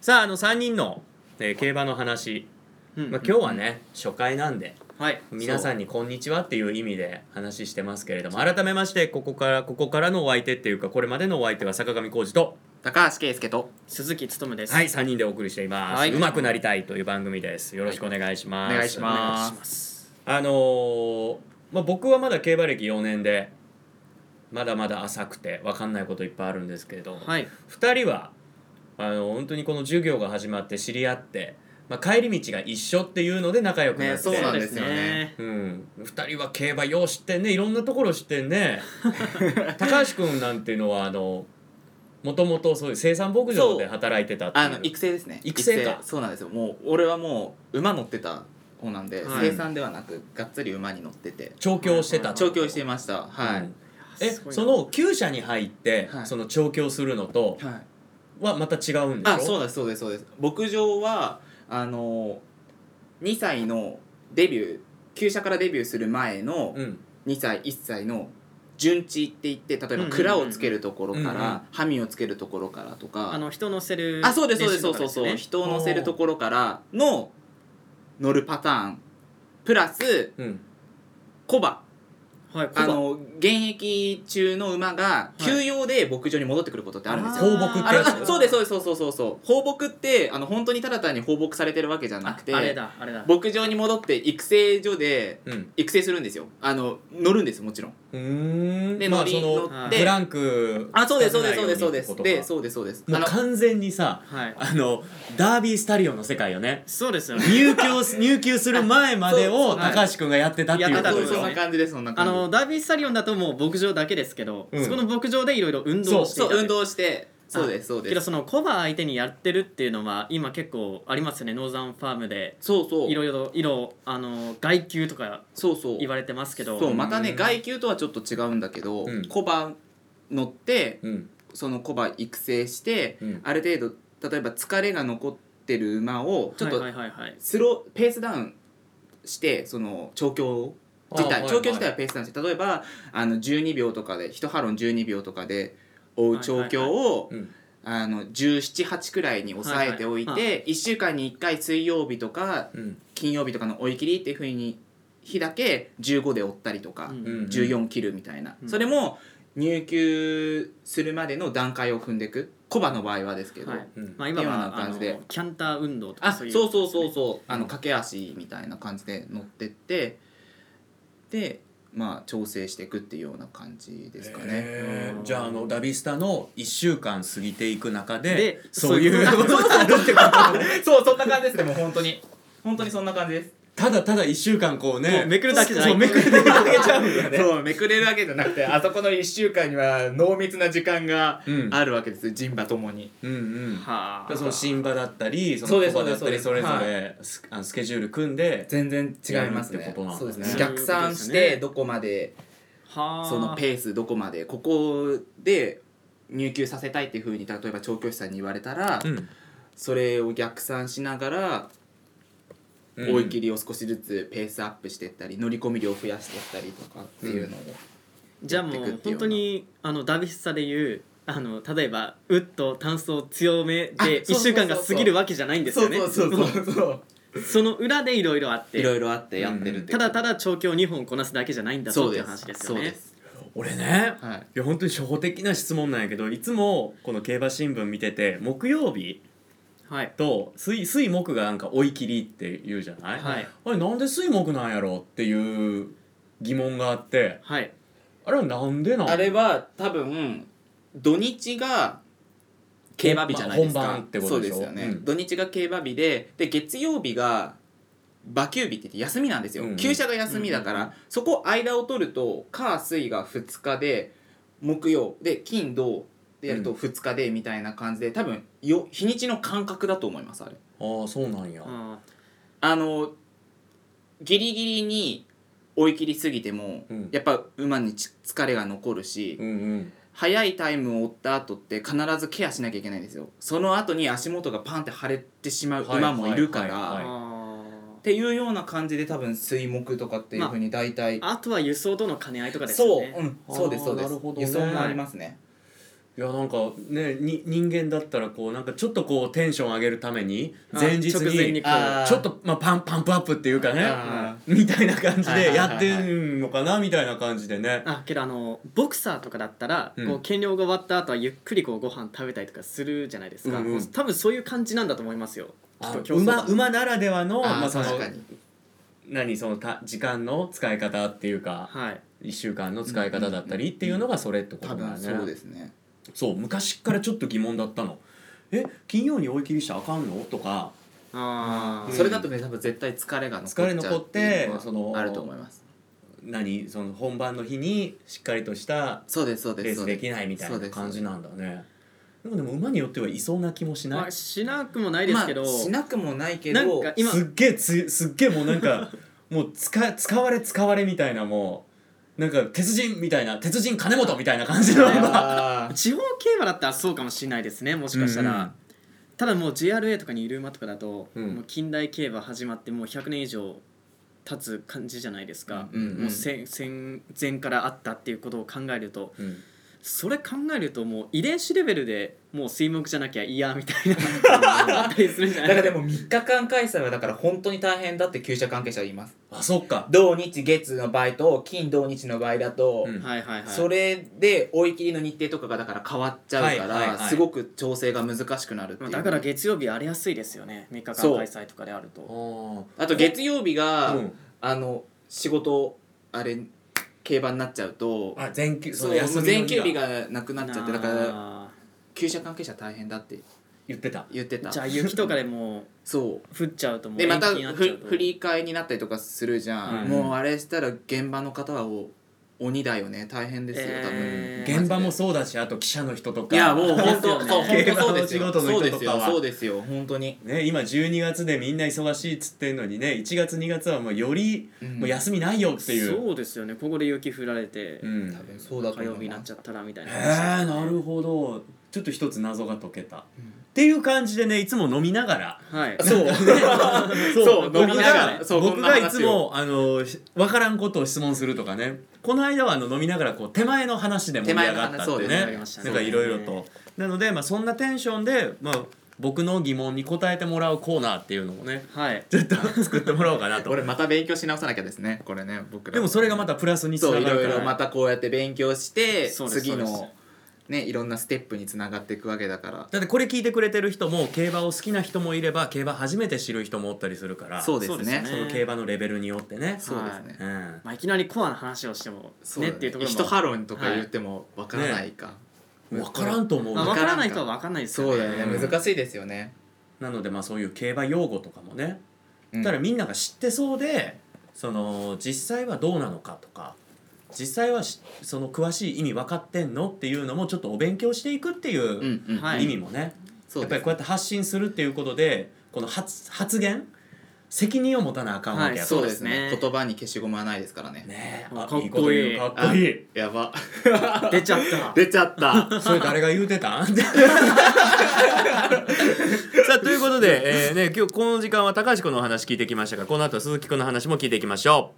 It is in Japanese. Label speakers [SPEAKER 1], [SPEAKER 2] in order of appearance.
[SPEAKER 1] さああの3人の、えー競馬の話、
[SPEAKER 2] うん
[SPEAKER 1] まあ、今日はね、初回なんで
[SPEAKER 2] はい
[SPEAKER 1] 皆さんに「こんにちは」っていう意味で話してますけれども改めましてここからここからのお相手っていうかこれまでのお相手は坂上浩二と
[SPEAKER 3] 高橋圭介と
[SPEAKER 2] 鈴木勉です
[SPEAKER 1] はい3人でお送りしています「
[SPEAKER 2] はいう
[SPEAKER 1] まくなりたい」という番組ですよろしくお願いし
[SPEAKER 3] お
[SPEAKER 1] ます、
[SPEAKER 3] 願いし
[SPEAKER 2] お願
[SPEAKER 3] ま
[SPEAKER 2] いし
[SPEAKER 3] す
[SPEAKER 2] ます
[SPEAKER 1] あのーまあ、僕はまだ競馬歴4年でまだまだ浅くて分かんないこといっぱいあるんですけれども、
[SPEAKER 2] はい
[SPEAKER 1] 2人はあの本当にこの授業が始まって知り合って、まあ、帰り道が一緒っていうので仲良くなって、
[SPEAKER 3] ねそうなんですよね
[SPEAKER 1] うん、2人は競馬よう知ってんねいろんなところ知ってんね 高橋君なんていうのはあのもともとそういう生産牧場で働いてたっていう
[SPEAKER 3] あの育成ですね
[SPEAKER 1] 育成か
[SPEAKER 3] そうなんですよもう俺はもう馬乗ってた方なんで、
[SPEAKER 2] はい
[SPEAKER 3] 生産ではなくがっつり馬に乗ってて
[SPEAKER 1] 調教してた
[SPEAKER 2] あ
[SPEAKER 3] 調教していましたはい、
[SPEAKER 1] うん
[SPEAKER 2] いや
[SPEAKER 1] え
[SPEAKER 2] すごいな
[SPEAKER 1] その厩舎に入って、
[SPEAKER 3] はい
[SPEAKER 1] その調教するのと
[SPEAKER 3] はい、
[SPEAKER 1] はまた違うんでしょ
[SPEAKER 3] あそうですそうですそうです牧場はあの2歳のデビュー厩舎からデビューする前の
[SPEAKER 1] うん
[SPEAKER 3] 2歳1歳の順地って言って例え
[SPEAKER 2] うんうん
[SPEAKER 3] ば
[SPEAKER 2] うん
[SPEAKER 3] 蔵をつけるところか
[SPEAKER 1] うんうん
[SPEAKER 3] らハミをつけるところからとか
[SPEAKER 2] あの人乗せる
[SPEAKER 3] あそうですそうですそ
[SPEAKER 2] 練習とかで
[SPEAKER 3] うそうそう、人を乗せるところからの乗るパターンプラス
[SPEAKER 1] うん
[SPEAKER 3] コバ
[SPEAKER 2] すよねはい
[SPEAKER 3] あの現役中の馬が
[SPEAKER 2] い
[SPEAKER 3] 休養で牧場に戻ってくることってあるんですよ、
[SPEAKER 1] 放牧って
[SPEAKER 3] あ
[SPEAKER 1] やつ
[SPEAKER 3] のあそうですそうですそうそうそうそう放牧ってあの本当にただ単に放牧されてるわけじゃなくて
[SPEAKER 2] ああれだあれだ
[SPEAKER 3] 牧場に戻って育成所で
[SPEAKER 1] うん
[SPEAKER 3] 育成するんですよあの乗るんですもちろん
[SPEAKER 1] うーん
[SPEAKER 3] で
[SPEAKER 1] まあ
[SPEAKER 3] 乗り
[SPEAKER 1] そ
[SPEAKER 3] 乗
[SPEAKER 1] の
[SPEAKER 2] って
[SPEAKER 1] ブランク
[SPEAKER 3] あそうですそうですそうで
[SPEAKER 1] 立
[SPEAKER 3] すそう
[SPEAKER 1] たないよにってこ
[SPEAKER 3] です
[SPEAKER 1] とか
[SPEAKER 3] でそうですそうです
[SPEAKER 1] も
[SPEAKER 3] あ
[SPEAKER 1] う
[SPEAKER 3] の
[SPEAKER 1] 完全にさ
[SPEAKER 2] はい
[SPEAKER 1] あのダービースタリオの世界よね
[SPEAKER 2] そうですよ ね
[SPEAKER 1] 入居す入居する前まで
[SPEAKER 3] そう
[SPEAKER 1] を
[SPEAKER 3] そうはい
[SPEAKER 1] 高橋君がやってたってい
[SPEAKER 2] や
[SPEAKER 1] う
[SPEAKER 2] っ
[SPEAKER 1] こ
[SPEAKER 2] て
[SPEAKER 3] あ
[SPEAKER 2] た
[SPEAKER 1] と
[SPEAKER 2] と
[SPEAKER 3] そ
[SPEAKER 1] で
[SPEAKER 3] う
[SPEAKER 1] し
[SPEAKER 3] そん
[SPEAKER 1] ょ
[SPEAKER 3] な感じですそんな
[SPEAKER 2] あ
[SPEAKER 3] 感じ
[SPEAKER 2] のダービースタリオンだともう牧場だけですけど、
[SPEAKER 1] うん
[SPEAKER 2] そこの牧場でいろいろ運動をしてい
[SPEAKER 3] そ
[SPEAKER 2] た
[SPEAKER 3] う
[SPEAKER 2] だい
[SPEAKER 3] 運
[SPEAKER 2] て
[SPEAKER 3] 動してそうですそう
[SPEAKER 2] け
[SPEAKER 3] で
[SPEAKER 2] ど
[SPEAKER 3] す
[SPEAKER 2] そのコバ相手にやってるっていうのは今結構ありますよねノーザンファームで
[SPEAKER 3] そうそう
[SPEAKER 2] いろいろ色あの外給とか
[SPEAKER 3] そうそう
[SPEAKER 2] 言われてますけど
[SPEAKER 3] そう
[SPEAKER 1] ま
[SPEAKER 3] また
[SPEAKER 1] う
[SPEAKER 3] ね
[SPEAKER 1] ん
[SPEAKER 3] 外給とはちょっと違うんだけど、
[SPEAKER 1] うん
[SPEAKER 3] コバ乗って
[SPEAKER 1] うん
[SPEAKER 3] そのコバ育成して、
[SPEAKER 1] うん
[SPEAKER 3] ある程度例えば疲れが残ってる馬をちょっと
[SPEAKER 2] はいはいはいはい
[SPEAKER 3] スローペースダウンしてその調教自
[SPEAKER 1] あ
[SPEAKER 3] 体
[SPEAKER 1] はい
[SPEAKER 3] 調教自体
[SPEAKER 1] は
[SPEAKER 3] はペースダウンして例えばあの12秒とかで1ハロン12秒とかで追う調教を
[SPEAKER 1] いうん
[SPEAKER 3] あの1718くらいに抑えておい
[SPEAKER 2] はい
[SPEAKER 3] て1週間に1回水曜日とか
[SPEAKER 1] うん
[SPEAKER 3] 金曜日とかの追い切りっていうふうに日だけ15で追ったりとか、
[SPEAKER 2] うん
[SPEAKER 1] うん
[SPEAKER 3] 14切るみたいな、
[SPEAKER 2] うん
[SPEAKER 3] それも入給するまでの段階を踏んでいくコバの場合はですけど、
[SPEAKER 2] はい
[SPEAKER 1] うん
[SPEAKER 2] まあ、今
[SPEAKER 3] 今の
[SPEAKER 2] はあ
[SPEAKER 3] 感
[SPEAKER 2] の
[SPEAKER 3] じで
[SPEAKER 2] キャンター運動とか
[SPEAKER 3] あそうそうそうそう
[SPEAKER 2] う
[SPEAKER 3] あの駆け足みたいな感じで乗ってってでまあ調整していくっていうような感じですかね。
[SPEAKER 1] へーじゃああのダビスタの1週間過ぎていく中で
[SPEAKER 2] で
[SPEAKER 1] そういう
[SPEAKER 2] そういう
[SPEAKER 1] ことがあるってこと
[SPEAKER 3] そうそんな感じですねもう本当に本当にそんな感じです。
[SPEAKER 1] ただただ1週間こうね
[SPEAKER 2] もうめくるだけじゃない
[SPEAKER 1] そうめくる だけちゃうよね
[SPEAKER 3] そうめくれるわけじゃなくてあそこの1週間には濃密な時間が
[SPEAKER 1] うん
[SPEAKER 3] あるわけです人馬ともに。
[SPEAKER 1] うんうん
[SPEAKER 2] は
[SPEAKER 1] その新馬だったりそ
[SPEAKER 3] そ
[SPEAKER 1] の
[SPEAKER 3] うで
[SPEAKER 1] コ
[SPEAKER 3] す
[SPEAKER 1] バだったりそ
[SPEAKER 3] そう
[SPEAKER 1] れ
[SPEAKER 3] で
[SPEAKER 1] ぞ
[SPEAKER 3] すそうです
[SPEAKER 1] れスあのスケジュール組んで
[SPEAKER 3] 全然違います
[SPEAKER 1] やるって
[SPEAKER 3] ね
[SPEAKER 1] ことなんだ
[SPEAKER 3] そうですね
[SPEAKER 2] そういうこと
[SPEAKER 3] 逆
[SPEAKER 2] ですね
[SPEAKER 3] 算してどこまで
[SPEAKER 2] は
[SPEAKER 3] そのペースどこまでここで入給させたいっていうふうに例えば調教師さんに言われたら、
[SPEAKER 1] うん
[SPEAKER 3] それを逆算しながら
[SPEAKER 1] うん
[SPEAKER 3] 追い切りを少しずつペースアップしていったり乗り込み量を増やしていったりとかっていうのを、
[SPEAKER 2] じゃあもう本当にあのダビスタでいうあの例えばウッド炭素強め
[SPEAKER 3] あそう
[SPEAKER 2] で
[SPEAKER 3] そ
[SPEAKER 2] 1
[SPEAKER 3] うそうそう
[SPEAKER 2] 週間が過ぎるわけじゃないんですよね
[SPEAKER 3] そう そう
[SPEAKER 2] その裏でいろいろあっ
[SPEAKER 3] いろ
[SPEAKER 2] て
[SPEAKER 3] いろあってやってるって
[SPEAKER 2] ただた
[SPEAKER 3] だ
[SPEAKER 2] だ調教2本こなすだけじゃないんだぞ
[SPEAKER 3] そ
[SPEAKER 2] っ
[SPEAKER 3] う
[SPEAKER 2] てい
[SPEAKER 3] で
[SPEAKER 2] う話
[SPEAKER 3] す
[SPEAKER 2] ですよ
[SPEAKER 3] そうで
[SPEAKER 2] ね
[SPEAKER 3] す
[SPEAKER 1] 俺ね
[SPEAKER 3] はい
[SPEAKER 1] いや本当に初歩的な質問なんやけどいつもこの競馬新聞見てて木曜日
[SPEAKER 2] はい
[SPEAKER 1] と水水木がなんか追い切りって言うじゃない、
[SPEAKER 2] はい
[SPEAKER 1] あれなんで水木なんやろっていう疑問があって
[SPEAKER 2] はい
[SPEAKER 1] あれはなんでなん
[SPEAKER 3] あれは多分土日が競馬日じゃないですか
[SPEAKER 1] 本番ってことでしょ
[SPEAKER 3] そうですよね、
[SPEAKER 1] うん
[SPEAKER 3] 土日が競馬日でで月曜日が馬休日って言って休みなんですよ、
[SPEAKER 1] うんうん
[SPEAKER 3] 厩舎が休みだから、そこ間を取ると火水が2日で木曜で金土でやる
[SPEAKER 1] う
[SPEAKER 3] と2日でみたいな感じで多分よ日にちの感覚だと思いますあれ
[SPEAKER 1] ああそうなんや、
[SPEAKER 2] あ
[SPEAKER 3] あのギリギリに追い切りすぎても、
[SPEAKER 1] うん
[SPEAKER 3] やっぱ馬にち疲れが残るし、
[SPEAKER 1] うんうん
[SPEAKER 3] 速いタイムを追った後って必ずケアしなきゃいけないんですよその後に足元がパンって腫れてしまう
[SPEAKER 1] はい
[SPEAKER 3] 馬もいるか
[SPEAKER 1] はいはい
[SPEAKER 2] ー
[SPEAKER 1] はい
[SPEAKER 3] ら
[SPEAKER 2] あ
[SPEAKER 3] っていうような感じで多分水木とかっていうふうに大体、
[SPEAKER 2] ーあとは輸送との兼ね合いとかです
[SPEAKER 3] そ
[SPEAKER 2] よ
[SPEAKER 3] う、
[SPEAKER 2] ね
[SPEAKER 3] うん
[SPEAKER 1] あー
[SPEAKER 3] そうですそうです
[SPEAKER 1] なるほどね
[SPEAKER 3] 輸送もありますね
[SPEAKER 1] いやなんかねに人間だったらこうなんかちょっとこうテンション上げるために
[SPEAKER 2] あ
[SPEAKER 1] 前日
[SPEAKER 2] 直前に
[SPEAKER 1] に
[SPEAKER 2] こう
[SPEAKER 3] あー
[SPEAKER 1] ちょっとまあパンパンプアップっていうかね
[SPEAKER 2] あ
[SPEAKER 1] みたいな感じ
[SPEAKER 3] はいは
[SPEAKER 1] で
[SPEAKER 3] いはい
[SPEAKER 1] や
[SPEAKER 3] は
[SPEAKER 1] っ
[SPEAKER 3] い
[SPEAKER 1] てんのかなみたいな感じでね
[SPEAKER 2] あけどあのボクサーとかだったら、
[SPEAKER 1] うん
[SPEAKER 2] こう減量が終わった後はゆっくりこうご飯食べたりとかするじゃないですか、
[SPEAKER 1] うんうん
[SPEAKER 2] もう多分そういう感じなんだと思いますよきっ
[SPEAKER 1] あ
[SPEAKER 2] と競争
[SPEAKER 1] 馬馬ならではの
[SPEAKER 3] あ
[SPEAKER 1] まあ
[SPEAKER 3] ー
[SPEAKER 1] その
[SPEAKER 3] 確かに
[SPEAKER 1] 何そのた時間の使い方っていうか
[SPEAKER 2] はい
[SPEAKER 1] 1週間の使い方だったりっていうのがそれってこと
[SPEAKER 3] 多
[SPEAKER 1] だよ
[SPEAKER 3] 分そう
[SPEAKER 1] ね
[SPEAKER 3] ですね
[SPEAKER 1] そう昔からちょっと疑問だったのえ金曜に追い切りしたらあかんのとか
[SPEAKER 2] あ
[SPEAKER 1] うん
[SPEAKER 2] ー
[SPEAKER 3] それだとね多分絶対疲れが残っちゃう
[SPEAKER 1] 疲れ残って
[SPEAKER 3] いうのは
[SPEAKER 1] その
[SPEAKER 3] あると思います
[SPEAKER 1] 何その本番の日にしっかりとした
[SPEAKER 3] そうですそう
[SPEAKER 1] レ
[SPEAKER 3] で
[SPEAKER 1] ー
[SPEAKER 3] すそ
[SPEAKER 1] ス
[SPEAKER 3] う
[SPEAKER 1] ですきないみた
[SPEAKER 3] そ
[SPEAKER 1] いうな
[SPEAKER 3] です
[SPEAKER 1] 感じなんだねでもでも馬によってはいそうな気もし
[SPEAKER 2] ま
[SPEAKER 1] な
[SPEAKER 2] あ、
[SPEAKER 1] い
[SPEAKER 2] しなくもないですけど、
[SPEAKER 3] まあ、しなくもないけど
[SPEAKER 2] な んか今
[SPEAKER 1] すっげえつすっげえもうなんか もう使使われ使われみたいなもうなんか鉄人みたいな鉄人金本みたいな感じの馬
[SPEAKER 3] あ ー
[SPEAKER 2] 地方競馬だったらそうかもしれないですねもしかしたら、ただもう JRA とかにいる馬とかだと、
[SPEAKER 1] うん
[SPEAKER 2] もう近代競馬始まってもう100年以上経つ感じじゃないですか、
[SPEAKER 1] うんうん
[SPEAKER 2] もう戦戦前からあったっていうことを考えると
[SPEAKER 1] うんうん
[SPEAKER 2] それ考えるともう遺伝子レベルでもう水木じゃなきゃ嫌みたい なあったりするんじゃ
[SPEAKER 3] だ
[SPEAKER 2] な
[SPEAKER 3] から
[SPEAKER 2] い
[SPEAKER 3] でも3日間開催はだから本当に大変だって厩舎関係者は言います
[SPEAKER 1] あそっか
[SPEAKER 3] 土日月の場合と金土日の場合だと、
[SPEAKER 1] うん
[SPEAKER 2] はいはいはい
[SPEAKER 3] それで追い切りの日程とかがだから変わっちゃうから、
[SPEAKER 1] はいはいはい
[SPEAKER 3] すごく調整が難しくなるって
[SPEAKER 2] ま
[SPEAKER 3] い
[SPEAKER 2] あだ
[SPEAKER 3] う、
[SPEAKER 2] から月曜日荒れやすいですよね3日間
[SPEAKER 3] そう
[SPEAKER 2] 開催とかであると
[SPEAKER 3] あと月曜日が、あの仕事あれ競馬になっちゃうと
[SPEAKER 1] あ全休
[SPEAKER 3] そ
[SPEAKER 1] そうの休みの
[SPEAKER 3] 全
[SPEAKER 1] 日
[SPEAKER 3] 休日
[SPEAKER 1] が
[SPEAKER 3] がなくなっちゃってだから
[SPEAKER 2] な
[SPEAKER 3] 厩舎関係者大変だって
[SPEAKER 1] 言ってた
[SPEAKER 3] 言って
[SPEAKER 2] あ
[SPEAKER 3] た
[SPEAKER 2] じゃあ雪とかでも
[SPEAKER 3] そ
[SPEAKER 2] う
[SPEAKER 3] う
[SPEAKER 2] 降っちゃうともう
[SPEAKER 3] でまた
[SPEAKER 2] 延期になっちゃう
[SPEAKER 3] ふ
[SPEAKER 2] と
[SPEAKER 3] 振り替えになったりとかするじゃん、
[SPEAKER 1] うん
[SPEAKER 3] もうあれしたら現場の方はお鬼だよね大変ですよ多分、
[SPEAKER 2] えー
[SPEAKER 1] 現場も
[SPEAKER 3] そ
[SPEAKER 1] そうだしあと記者の人とか
[SPEAKER 3] いやもう本当
[SPEAKER 2] ですよね
[SPEAKER 3] そう本当そう
[SPEAKER 1] 競馬
[SPEAKER 3] ですよ
[SPEAKER 1] の仕事の人
[SPEAKER 3] そうです
[SPEAKER 1] とか
[SPEAKER 3] よ
[SPEAKER 1] は
[SPEAKER 3] そうですよ本当に、
[SPEAKER 1] ね、今12月でみんな忙しいっつってんのにね1月2月はもうより
[SPEAKER 3] うん
[SPEAKER 1] もう休みないよっていう、うん
[SPEAKER 2] そうですよねここで雪降られて、
[SPEAKER 3] 多分そうだと
[SPEAKER 2] 火
[SPEAKER 3] 思う
[SPEAKER 2] 曜日になっちゃったらみたい
[SPEAKER 1] へえ
[SPEAKER 2] な話ですね
[SPEAKER 1] なるほどちょっと一つ謎が解けた、っていう感じでねいつも飲みながら
[SPEAKER 2] はい
[SPEAKER 3] そう そう
[SPEAKER 1] 僕
[SPEAKER 2] 飲みなが
[SPEAKER 1] が
[SPEAKER 2] ら
[SPEAKER 3] そうこ
[SPEAKER 1] 僕
[SPEAKER 3] んな話
[SPEAKER 1] が
[SPEAKER 3] を
[SPEAKER 1] いつもあのし分からんことを質問するとかねこの間はあの飲みながらこう手前の話で盛り上がったって
[SPEAKER 3] 手前の話そうですね
[SPEAKER 1] ね
[SPEAKER 3] あり
[SPEAKER 2] ました
[SPEAKER 1] な
[SPEAKER 2] ね
[SPEAKER 1] んかいろいろとなので、まあ、そんなテンションで、まあ、僕の疑問に答えてもらうコーナーっていうのもね
[SPEAKER 2] はい
[SPEAKER 1] ちょっと作ってもらおうかな と
[SPEAKER 3] 俺また勉強し直さなきゃですねこれね僕ら
[SPEAKER 1] でもそれがまたプラスにつな
[SPEAKER 3] そうい
[SPEAKER 1] が
[SPEAKER 3] ろ
[SPEAKER 1] る
[SPEAKER 3] い
[SPEAKER 1] から
[SPEAKER 3] ろまたこうやって勉強して
[SPEAKER 2] そうです
[SPEAKER 3] 次
[SPEAKER 2] そうで
[SPEAKER 3] のねいろんなステップにつながっていくわけだか
[SPEAKER 1] だってこれ聞いてくれてる人も競馬を好きな人もいれば競馬初めて知る人もおったりするから
[SPEAKER 3] らそうです
[SPEAKER 2] そうです
[SPEAKER 3] ね
[SPEAKER 2] ね
[SPEAKER 1] その競馬のレベルによってね
[SPEAKER 3] そうですね、
[SPEAKER 1] うん
[SPEAKER 2] まあ、いきなりコアな話をしても
[SPEAKER 3] そう
[SPEAKER 2] ね
[SPEAKER 3] だ
[SPEAKER 2] っていうところも
[SPEAKER 3] 一ハロンとか言ってもわからないか、
[SPEAKER 1] 分からんと思う
[SPEAKER 2] まあ、
[SPEAKER 1] な
[SPEAKER 2] 分からない人は分かんないですよ
[SPEAKER 3] そう
[SPEAKER 2] ね
[SPEAKER 3] だよね、
[SPEAKER 1] うん
[SPEAKER 3] 難しいですよね、
[SPEAKER 1] なのでまあそういう競馬用語とかもね
[SPEAKER 3] うん
[SPEAKER 1] ただみんなが知ってそうでその実際はどうなのかとか実際はしその詳しい意味分かってんのっていうのもちょっとお勉強していくってい
[SPEAKER 3] うん
[SPEAKER 1] う
[SPEAKER 3] うん
[SPEAKER 2] はい
[SPEAKER 1] 意味もね
[SPEAKER 3] そ
[SPEAKER 1] や
[SPEAKER 3] う
[SPEAKER 1] っぱ
[SPEAKER 3] で
[SPEAKER 1] り
[SPEAKER 3] す
[SPEAKER 1] こうやって発信するっていうことでこの発発言責任を持たなあかんわけや
[SPEAKER 2] はい
[SPEAKER 1] と
[SPEAKER 3] そうです
[SPEAKER 2] そうで
[SPEAKER 3] ね
[SPEAKER 2] すね
[SPEAKER 3] 言葉に消しゴムはないですからね
[SPEAKER 1] ねえ
[SPEAKER 2] あ
[SPEAKER 1] あ
[SPEAKER 2] かっこいい
[SPEAKER 1] こと言うかっこいい
[SPEAKER 3] あやば
[SPEAKER 2] 出ちゃった
[SPEAKER 3] 出ちゃった
[SPEAKER 1] それ誰が言うてたん さあということで、えーね、今日この時間は高橋君のお話聞いてきましたがこの後は鈴木君の話も聞いていきましょう。